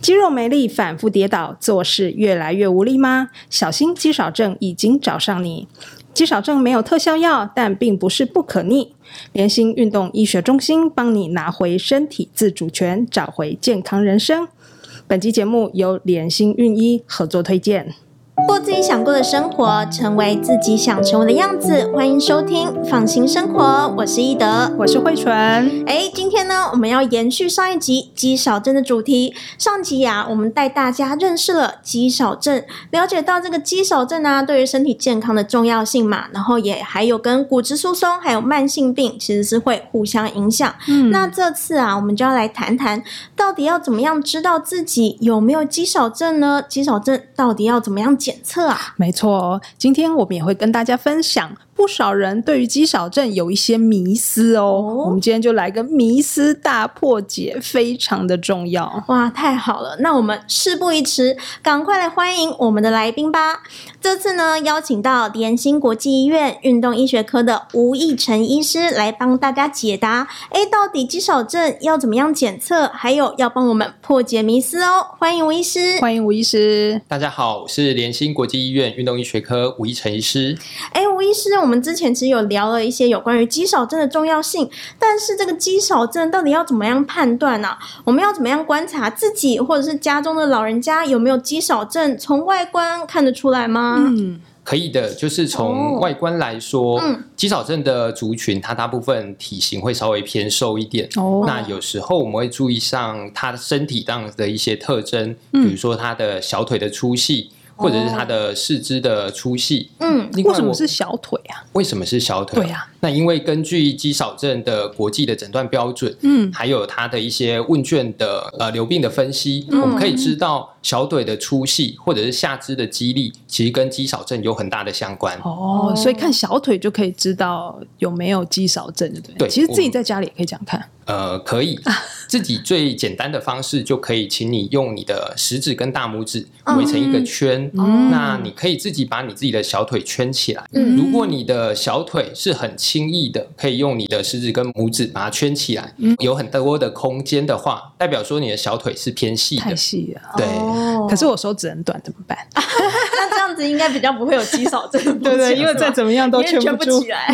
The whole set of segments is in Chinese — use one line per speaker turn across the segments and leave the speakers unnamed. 肌肉没力，反复跌倒，做事越来越无力吗？小心肌少症已经找上你。肌少症没有特效药，但并不是不可逆。联心运动医学中心帮你拿回身体自主权，找回健康人生。本期节目由联心运医合作推荐。
过自己想过的生活，成为自己想成为的样子。欢迎收听《放心生活》，我是一德。
我是慧纯，
哎，今天呢，我们要延续上一集肌少症的主题。上集呀、我们带大家认识了肌少症，了解到这个肌少症啊，对于身体健康的重要性嘛，然后也还有跟骨质疏松还有慢性病其实是会互相影响。
嗯
那这次啊，我们就要来谈谈，到底要怎么样知道自己有没有肌少症呢？肌少症到底要怎么样检测啊？
没错哦，今天我们也会跟大家分享，不少人对于肌少症有一些迷思哦。
哦
我们今天就来个迷思大破解，非常的重要。
哇，太好了！那我们事不宜迟，赶快来欢迎我们的来宾吧。这次呢，邀请到联兴国际医院运动医学科的吴义成医师来帮大家解答，哎，到底肌少症要怎么样检测？还有要帮我们破解迷思哦。欢迎吴医师。
欢迎吴医师。
大家好，我是联兴国际医院运动医学科吴一成医师。
哎，吴医师，我们之前其实有聊了一些有关于肌少症的重要性，但是这个肌少症到底要怎么样判断呢、我们要怎么样观察自己或者是家中的老人家有没有肌少症？从外观看得出来吗？
嗯，
可以的，就是
哦
从外观来
哦
说，
嗯
肌少症的族群，它大部分体型会稍微偏瘦一点。
哦
那有时候我们会注意上他身体上的一些特征，
嗯
比如说他的小腿的粗细，或者是他的四肢的粗细。
嗯，
另
哦
外
为什
我
么是小腿啊？
为什么是小腿？
对啊
那因为根据肌少症的国际的诊断标准，
嗯
还有它的一些问卷的呃流病的分析，我们可
嗯
以知道小腿的粗细或者是下肢的肌力，其实跟肌少症有很大的相关。
哦，
哦
所以看小腿就可以知道有没有肌少症，对不对？
对
其实自己
我
在家里也可以这样看。
呃，可以自己最简单的方式就可以，请你用你的食指跟大拇指围成一个圈，
嗯
那你可以自己把你自己的小腿圈起来。
嗯
如果你的小腿是很轻易的，可以用你的食指跟拇指把它圈起来，
嗯
有很多的空间的话，代表说你的小腿是偏细
太
的。
细了。
对，
哦
可是我手指很短，怎么办？
那这样子应该比较不会有肌少症的 风险，是吧
么样
因为圈不起来。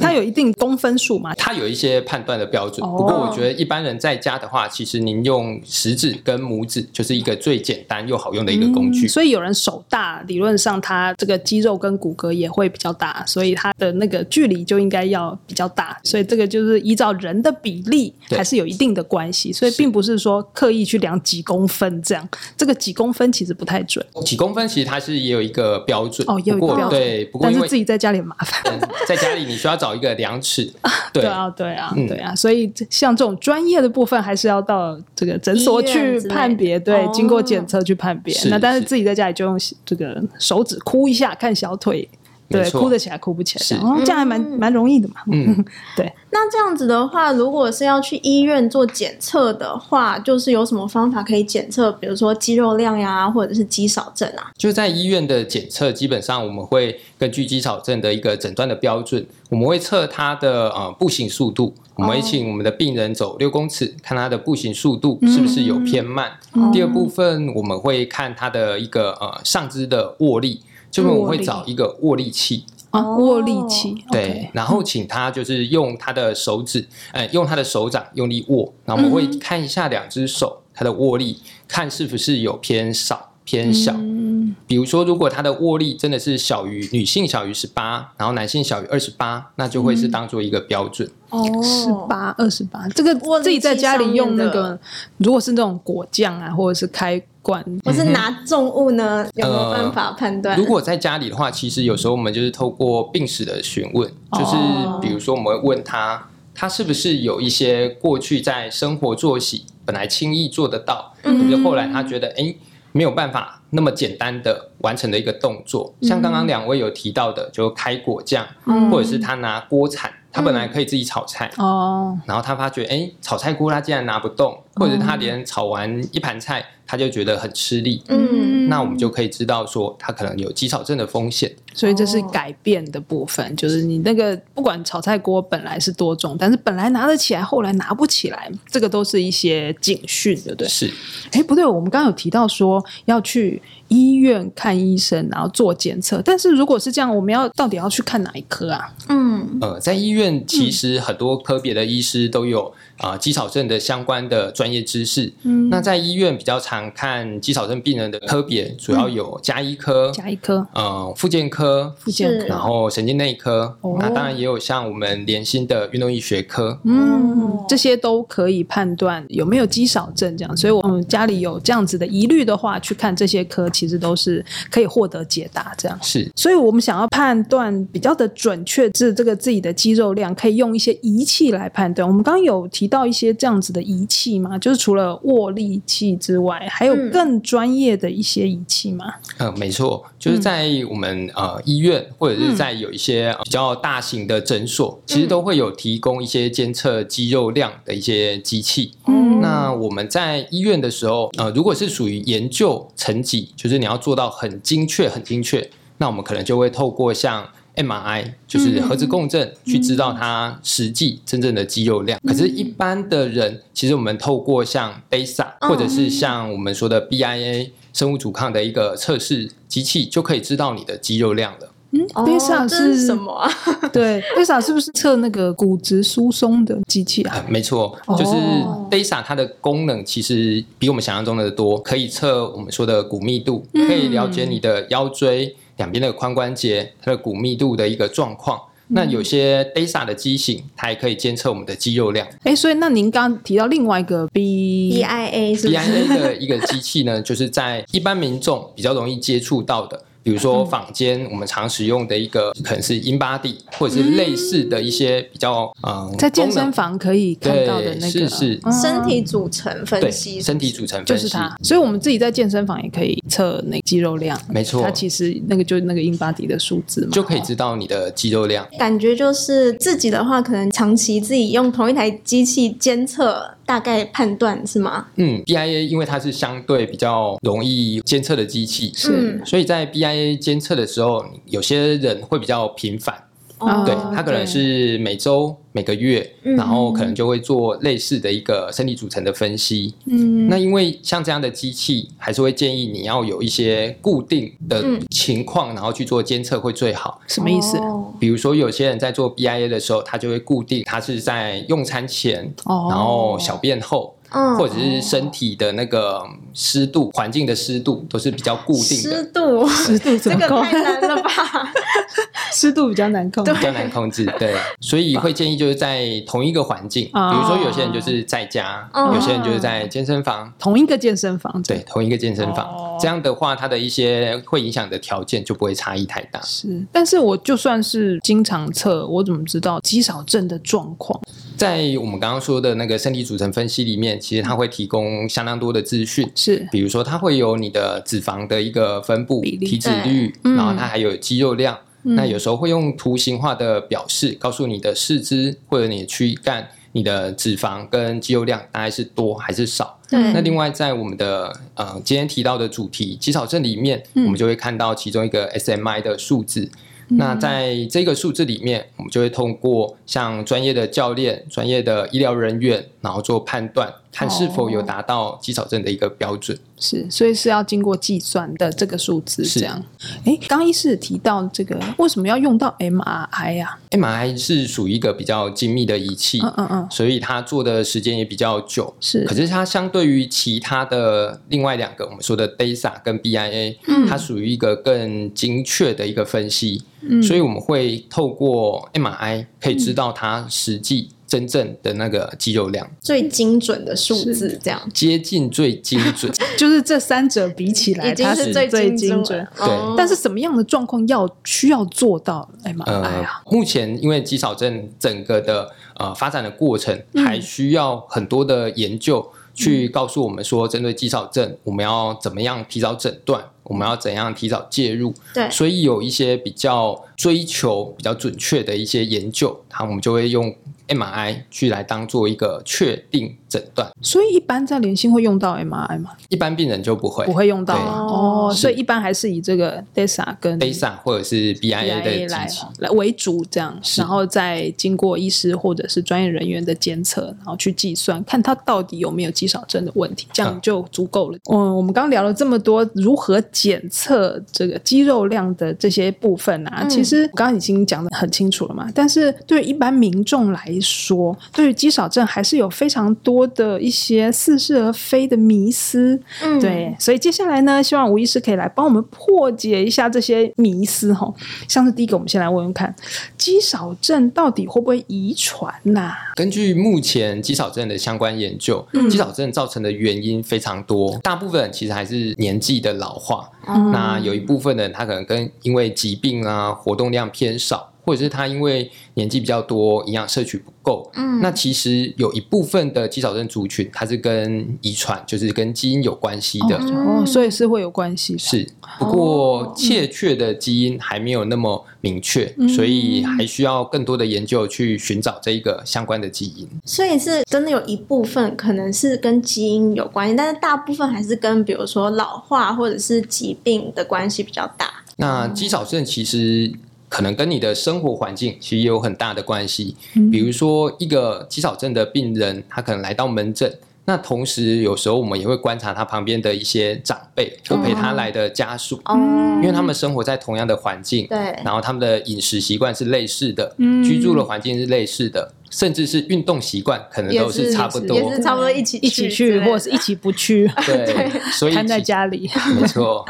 它有一定公分数嘛？
它有一些判断的标准，
哦
不过我觉得一般人在家的话，其实您用食指跟拇指就是一个最简单又好用的一个工具。
嗯所以有人手大，理论上他这个肌肉跟骨骼也会比较大，所以他的那个距离就应该要比较大。所以这个就是依照人的比例
对
还是有一定的关系，所以并不是说刻意去量几公分这样，这个几公分其实不太准。
几公分其实它是也有一个标准，
嗯哦也有一个
不过
标准
对，不过
但
因
是
为
自己在家里很麻烦。
嗯在家里你需要找一个量尺，对
对啊，对啊，
嗯
对啊，所以这像这种专业的部分，还是要到这个诊所
医院
去
之类的
判别，对，
哦
经过检测去判别。
是
那但是
是
自己在家里就用这个手指哭一下，看小腿，对
没，错
哭得起来，哭不起来，
是
这样哦，这样还蛮
嗯
蛮容易的嘛。
嗯，
对，
那这样子的话，如果是要去医院做检测的话，就是有什么方法可以检测，比如说肌肉量呀、或者是肌少症啊？
就在医院的检测，基本上我们会根据肌少症的一个诊断的标准，我们会测他的呃步行速度，我
哦
们会请我们的病人走六公尺，看他的步行速度是不是有偏慢。
嗯
哦
第二部分我们会看他的一个呃上肢的握力，就是我们会找一个握力器，
啊，
哦
握力器，
对
OK，
然后请他就是用他的手指，呃，用他的手掌用力握，然后我们会看一下两只手他的握力，看是不是有偏少偏小。
嗯，
比如说，如果他的握力真的是小于女性小于十八，然后男性小于二十八，那就会
嗯
是当做一个标准。
哦，
十八、二十八，这个
握力
自
器
己在家里用那
上
个，如果是那种果酱啊，或者是开罐，
我是拿重物呢，有没有
呃
办法判断？
如果在家里的话，其实有时候我们就是透过病史的询问，就是
哦
比如说我们会问他，他是不是有一些过去在生活作息本来轻易做得到，可
嗯
是后来他觉得哎。诶没有办法那么简单的完成的一个动作，像刚刚两位有提到的，就开果酱，
嗯
或者是他拿锅铲，他本来可以自己炒菜，
哦，
然后他发觉，哎，炒菜锅他竟然拿不动，或者他连炒完一盘菜他就觉得很吃力，
嗯
那我们就可以知道说他可能有肌少症的风险。
所以这是改变的部分，就是你那个不管炒菜锅本来是多重，但是本来拿得起来，后来拿不起来，这个都是一些警讯，对不对？
是
哎，不对，我们刚刚有提到说要去医院看医生，然后做检测，但是如果是这样，我们要到底要去看哪一科啊？
嗯
呃，在医院其实很多科别的医师都有
嗯
啊、呃肌少症的相关的专业知识。嗯，那在医院比较常看肌少症病人的科别，主要有加医科、
嗯加一科，
呃复健科、
复健
是
科，
然后神经内科，
哦
那当然也有像我们联心的运动医学科。
嗯，这些都可以判断有没有肌少症这样。所以，我们家里有这样子的疑虑的话，去看这些科，其实都是可以获得解答这样。
是
所以我们想要判断比较的准确是这个自己的肌肉量，可以用一些仪器来判断。我们刚刚有提到一些这样子的仪器吗？就是除了握力器之外，还有
嗯
更专业的一些仪器 吗？
呃，没错，就是在我们、呃医院或者是在有一些呃比较大型的诊所，其实都会有提供一些监测肌肉量的一些机器。
嗯
哦
那我们在医院的时候，呃，如果是属于研究层级，就是你要做到很精确、很精确，那我们可能就会透过像 MRI，就是核磁共振，去知道它实际真正的肌肉量。可是，一般的人，其实我们透过像 BESA，
嗯
或者是像我们说的 BIA 生物阻抗的一个测试机器，就可以知道你的肌肉量了。
嗯，Besa
哦这是什？么啊？
对，Besa 是不是测那个骨质疏松的机器啊？
呃没错，就是
哦
BESA 它的功能其实比我们想象中的多，可以测我们说的骨密度，可以了
嗯
解你的腰椎两边的髋关节它的骨密度的一个状况。那
嗯
有些 BESA 的机型，它也可以监测我们的肌肉量。
哎，所以那您刚刚提到另外一个 B，
BIA 是不是？
BIA 的一个机器呢，就是在一般民众比较容易接触到的，比如
嗯
说坊间我们常使用的一个，可能是 InBody 或者是类似的一些比较嗯，
嗯在健
功
身
能
房可以看到的那个，
对是是
嗯
身体组成分
对
析，
身体组成
就
分析
是它，所以我们自己在健身房也可以测那个肌肉量，
没错
它其实那个就是那个 InBody 的数字嘛，
就可以知道你的肌肉量。
感觉就是自己的话，可能长期自己用同一台机器监测，大概判断是吗？
嗯，BIA 因为它是相对比较容易监测的机器，
嗯
所以在 BIA 监测的时候，有些人会比较频繁，
嗯
哦嗯
对他可能是每周、每个月，然后可能就会做类似的一个身体组成的分析。
嗯，
那因为像这样的机器，还是会建议你要有一些固定的
嗯
情况，然后去做监测会最好。
什么意思？
哦
比如说，有些人在做 BIA 的时候，他就会固定他是在用餐前，
哦
然后小便后，
嗯
或者是身体的那个湿度、环境的湿度都是比较固定
湿
的，
度，
湿度
这
怎么
个
控？
太难了吧？
湿度比较难控。
比较难控制。对，所以会建议就是在同一个环境，
哦
比如说有些人就是在家，
哦
有些人就是在健身房。
同一个健身房，
对，，同一个健身房，
哦
这样的话，它的一些会影响的条件就不会差异太大。
是。但是我就算是经常测，我怎么知道肌少症的状况？
在我们刚刚说的那个身体组成分析里面，其实它会提供相当多的资讯，
是
比如说它会有你的脂肪的一个分布、
比例
体脂率，然后它还有肌肉量。
嗯
嗯
那有时候会用图形化的表示，告诉你的四肢或者你的躯干、你的脂肪跟肌肉量大概是多还是少。
对
那另外在我们的呃今天提到的主题肌少症里面，我们就会看到其中一个 SMI 的数字。那在这个数字里面，我们就会通过像专业的教练、专业的医疗人员，然后做判断，看是否有达到肌少症的一个标准。
是，所以是要经过计算的这个数字
是
这样。哎，刚一是提到这个为什么要用到 MRI 啊？
MRI 是属于一个比较精密的仪器，
嗯嗯嗯，
所以它做的时间也比较久。
是
可是它相对于其他的另外两个我们说的 DASA 跟 BIA，、它属于一个更精确的一个分析，所以我们会透过 MRI 可以知道它实际真正的那个肌肉量，
最精准的数字，这样
接近最精准。
就是这三者比起来，
已经
它
是
最
最
精
准
准。。
对
哦
但是什么样的状况要需要做到 MRI
呃
啊？，
目前因为肌少症整个的呃发展的过程，还需要很多的研究去告诉我们说，针对肌少症，我们要怎么样提早诊断，我们要怎样提早介入。
对
所以有一些比较追求比较准确的一些研究，它我们就会用 MRI 去来当做一个确定诊断，
所以一般在联心会用到 MRI 吗？
一般病人就不会。
不会用到
对
吗哦，
是
所以一般还是以这个 DESA 跟
DASA 或者是 BIA 的
BIA
机
来
器，
来为主这样，然后再经过医师或者是专业人员的监测，然后去计算，看他到底有没有肌少症的问题，这样
嗯
就足够了。嗯，我们刚聊了这么多如何检测这个肌肉量的这些部分啊，
嗯
其实我刚刚已经讲的很清楚了嘛。但是对于一般民众来说，对于肌少症还是有非常多的一些似是而非的迷思。
嗯，
对，，所以接下来呢，希望吴医师可以来帮我们破解一下这些迷思哈。像是第一个，我们先来问问看，肌少症到底会不会遗传呐、
根据目前肌少症的相关研究，
嗯
肌少症造成的原因非常多，大部分其实还是年纪的老化。
哦
嗯
那有一部分人他可能跟因为疾病啊、活动量偏少，或者是他因为年纪比较多，营养摄取不够。
嗯
那其实有一部分的肌少症族群，它是跟遗传，就是跟基因有关系的。
嗯
哦，所以是会有关系的。
是，不过确切的基因还没有那么明确，
嗯
所以还需要更多的研究去寻找这一个相关的基因。
所以是真的有一部分可能是跟基因有关系，但是大部分还是跟比如说老化或者是疾病的关系比较大。
那肌少症其实可能跟你的生活环境其实也有很大的关系。
嗯
比如说，一个肌少症的病人，他可能来到门诊，那同时有时候我们也会观察他旁边的一些长辈或陪他来的家属，
哦，
因为他们生活在同样的环境，
对，
然后他们的饮食习惯是类似的，
嗯
居住的环境是类似的，甚至是运动习惯可能
也
都
是
差不多。
也是差不多一起
一起
之类
去，
的
或者是一起不去，
对，所以
瘫在
其
家里。
没错，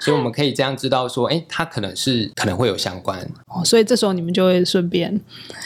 所以我们可以这样知道说，哎，他可能是可能会有相关。
哦，所以这时候你们就会顺便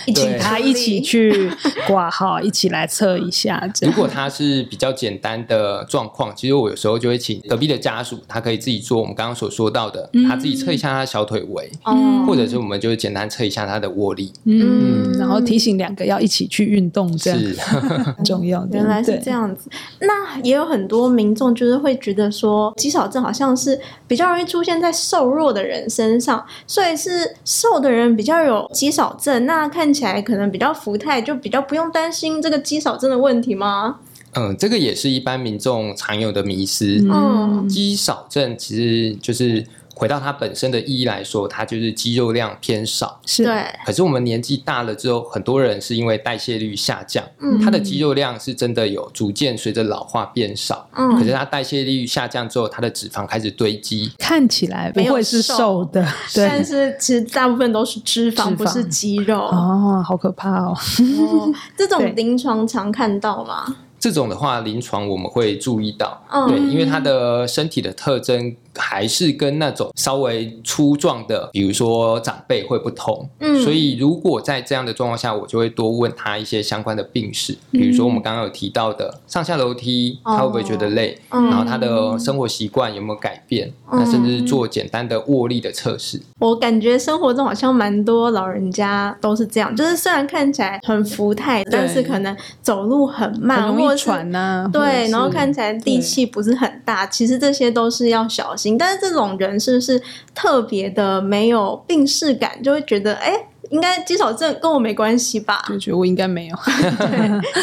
一起
对
他一起去挂号，一起来测一下。这
如
样
果他是比较简单的状况，其实我有时候就会请隔壁的家属，他可以自己做我们刚刚所说到的，他自己测一下他的小腿围，
哦，
或者是我们就简单测一下他的握力。
嗯，
嗯
然后提醒两个要一起去运动，这样
是，
很重要的。
原来是
对
这样子，那也有很多民众就是会觉得说，肌少症好像是比较容易出现在瘦弱的人身上，所以是瘦的人比较有肌少症，那看起来可能比较福态，就比较不用担心这个肌少症的问题吗？
嗯，这个也是一般民众常有的迷思。
嗯
肌少症其实就是回到它本身的意义来说，它就是肌肉量偏少。
是
对，
可是我们年纪大了之后，很多人是因为代谢率下降，
嗯
他的肌肉量是真的有逐渐随着老化变少。可
嗯，
是他代谢率下降之后，他的脂肪开始堆积，
看起来不会是瘦 的，
但
对。
是其实大部分都是脂肪，
脂肪
不是肌肉。
哦，好可怕哦！
哦这
对
种临床常看到吗？
这种的话，临床我们会注意到，
嗯
对，因为他的身体的特征还是跟那种稍微粗壮的，比如说长辈会不同，
嗯
所以如果在这样的状况下，我就会多问他一些相关的病史，比如说我们刚刚有提到的上下楼梯，他会不会觉得累，
嗯
然后他的生活习惯有没有改变，那甚至做简单的握力的测试，
我感觉生活中好像蛮多老人家都是这样，就是虽然看起来很福态，但是可能走路很
很
慢，
容
或
易
是
喘呐、或者
对，
是
然后看起来力气不是很大，其实这些都是要小心。但是这种人是不是特别的没有病视感，就会觉得哎，应该肌少症跟我没关系吧？
就觉得我应该没有，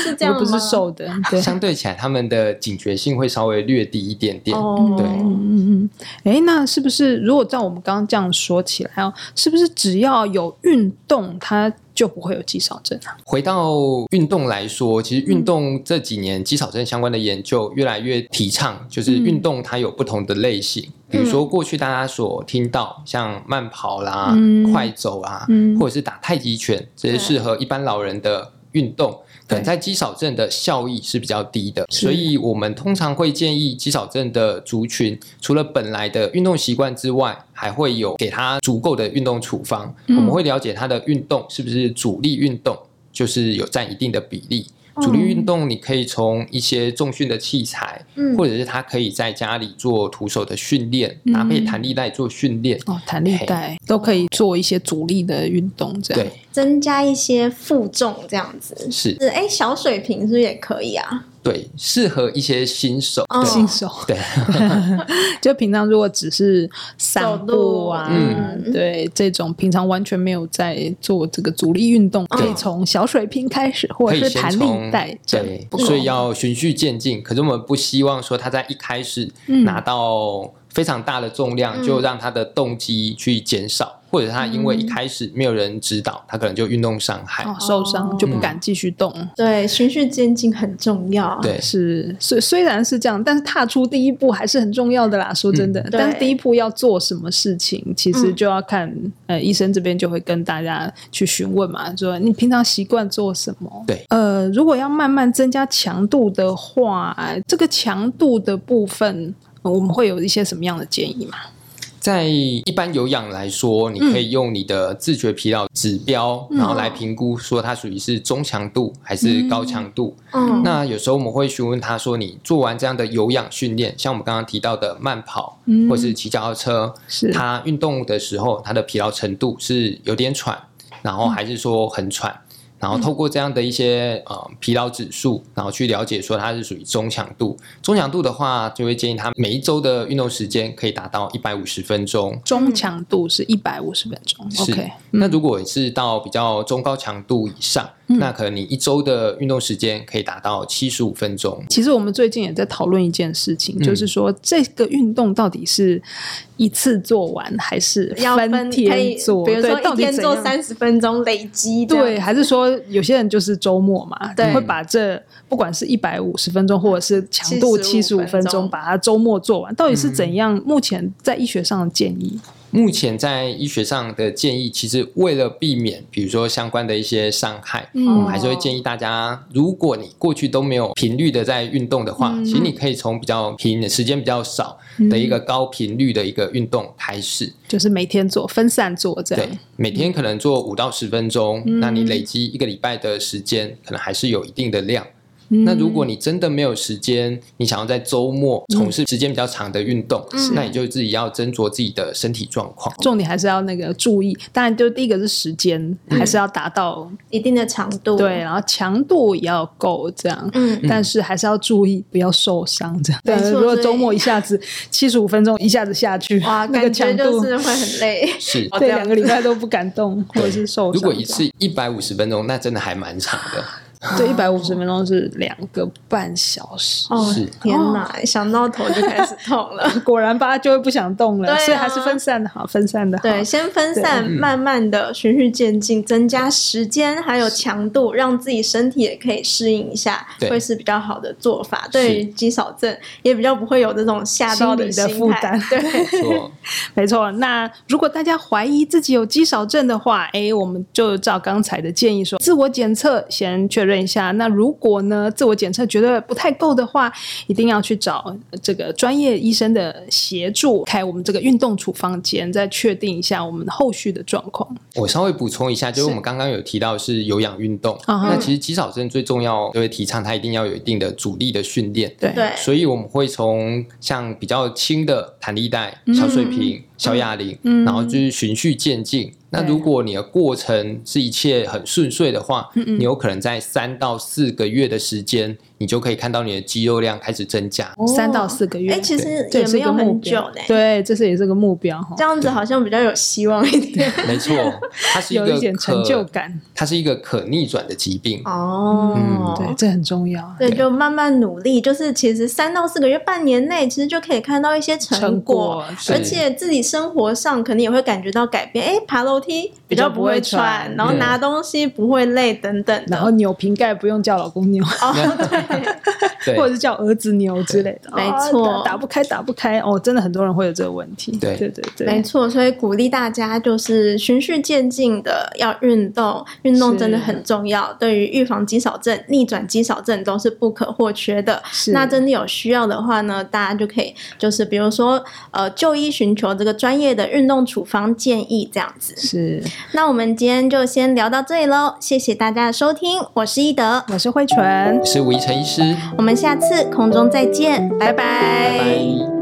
是这
我
样
不是
吗
瘦 的，对。
相对起来，他们的警觉性会稍微略低一点点，
哦，
对
嗯嗯嗯，哎，那是不是如果照我们刚刚这样说起来哦，是不是只要有运动，它就不会有肌少症啊？
回到运动来说，其实运动这几年肌少症相关的研究越来越提倡，就是运动它有不同的类型，比如说过去大家所听到像慢跑啦、
嗯
快走啊啦，
嗯
或者是打太极拳，这些
对
适合一般老人的运动。可能
对
在肌少症的效益是比较低的，所以我们通常会建议肌少症的族群，除了本来的运动习惯之外，还会有给他足够的运动处方。我们会了解他的运动是不是主力运动，就是有占一定的比例。主力运动，你可以从一些重训的器材，
嗯
或者是他可以在家里做徒手的训练，
嗯
搭配弹力带做训练。
哦，弹力带都可以做一些阻力的运动，这样
对，
增加一些负重这样子。
是
是哎，小水瓶是不是也可以啊？
对，适合一些新手。
嗯
对
新手，
哦对，
就平常如果只是散步啊，
走路嗯
对这种平常完全没有在做这个阻力运动，可以从小水平开始，或
可
者是
以先
弹力
从
带哦这样。
对，所以要循序渐进。可是我们不希望说他在一开始
嗯
拿到非常大的重量，
嗯
就让他的动机去减少，或者他因为一开始没有人指导，他可能就运动伤害。
嗯哦受伤就
嗯
不敢继续动，
对，循序渐进很重要。啊
对，
是虽虽然是这样，但是踏出第一步还是很重要的
嗯
啦。说真的，
对
但是第一步要做什么事情，其实就要看、呃医生这边就会跟大家去询问嘛，说你平常习惯做什么？
对，
呃，如果要慢慢增加强度的话，这个强度的部分。呃我们会有一些什么样的建议嘛？
在一般有氧来说，
嗯
你可以用你的自觉疲劳指标，然后来评估说它属于是中强度还是高强度。
嗯，
那有时候我们会询问他说，你做完这样的有氧训练，像我们刚刚提到的慢跑，
嗯
或是骑脚踏车，
是
他运动的时候，他的疲劳程度是有点喘，然
嗯
后还是说很喘，然后透过这样的一些呃疲劳指数，然后去了解说它是属于中强度。中强度的话，就会建议他每一周的运动时间可以达到一百五十分钟。
中强度是一百五十分钟
是
，OK，
那如果是到比较中高强度以上，
嗯
那可能你一周的运动时间可以达到七十五分钟。
其实我们最近也在讨论一件事情，
嗯
就是说这个运动到底是一次做完还是
要分可
天
以
做？
比如
对，
说
到
一
底
天
怎
做
样？
三十分钟累积这样，
对，还是说有些人就是周末嘛，
对
会把这不管是一百五十分钟或者是强度七十
75
五分
分
钟，
钟
把它周末做完，到底
嗯
是怎样？目前在医学上的建议，
目前在医学上的建议，其实为了避免，比如说相关的一些伤害，
嗯
我们还是会建议大家，如果你过去都没有频率的在运动的话，其实你可以从比较频时间比较少的一个高频率的一个运动开始。
嗯就是每天做，分散做这样
对。，每天可能做五到十分钟，那你累积一个礼拜的时间，可能还是有一定的量。
嗯
那如果你真的没有时间，你想要在周末从事时间比较长的运动，那你就自己要斟酌自己的身体状况。
重点还是要那个注意，当然就第一个是时间，
嗯
还是要达到
一定的长度。
对，，啊然后强度也要够这样，
嗯，
但是还是要注意不要受伤这样。
没错
如果周
所以
末一下 子七十五分钟一下子下去，
哇，
那个
感觉
强度
就是会很 累。
是，
对两个礼拜都不敢动，或者是受伤。
如果一次一百五十分钟，那真的还蛮长 的。
对一百五十分钟是两个半小时，
哦
是，
天哪，想到头就开始痛了。
果然吧，就会不想动了，
对啊
所以还是分散的好，分散的好。嗯
对，先分散，慢慢的循序渐进，增加时间还有强度，让自己身体也可以适应一下，
对
会是比较好的做法。对于肌少症，也比较不会有这种吓到
心理
心
的
态
负担
对，
说
没错，那如果大家怀疑自己有肌少症的话，诶，我们就照刚才的建议说，自我检测先确认一下。那如果呢，自我检测觉得不太够的话，一定要去找呃这个专业医生的协助，开我们这个运动处方间，再确定一下我们后续的状况。
我稍微补充一下，就是
是
我们刚刚有提到是有氧运动，
嗯哼
那其实肌少症最重要就会提倡它一定要有一定的阻力的训练。
对
对
所以我们会从像比较轻的弹力带、
嗯
小水瓶、小哑铃，然后就是循序渐进。那
嗯
如果你的过程是一切很顺遂的话，
嗯
你有可能在三到四个月的时间，你就可以看到你的肌肉量开始增加。
三到四个月，
哎，其实
这
也
是
没
一
有
个目
很久
标
呢。
对，这是也是个目标哈
这，样子好像比较有希望一点。
没错，它是 一
有
个
一点成
可
就感，
它是一个可逆转的疾病。
哦，
嗯对，这很重要。
对，就慢慢努力，就是其实三到四个月、半年内，其实就可以看到一些成
成
果
果，
是
而且自己生活上可能也会感觉到改变。哎，爬楼梯比较不会
比较不会
嗯喘，
喘
然后拿东西不会累，等等的。
然后扭瓶盖不用叫老公扭，
对
或者是叫儿子牛之类的，
对
啊
没错
打打不开，打不开哦，真的很多人会有这个问题，
对
对对
没
对，
错，所以鼓励大家就是循序渐进的要运动，运动
是
真的很重要，对于预防肌少症、逆转肌少症都是不可或缺的。
是
那真的有需要的话呢，大家就可以就是比如说呃就医寻求这个专业的运动处方建议这样子。
是，
那我们今天就先聊到这里喽，谢谢大家的收听，我是一德，
我是慧纯。
是吴依晨医师，
我们下次空中再见，拜拜
哎
拜拜。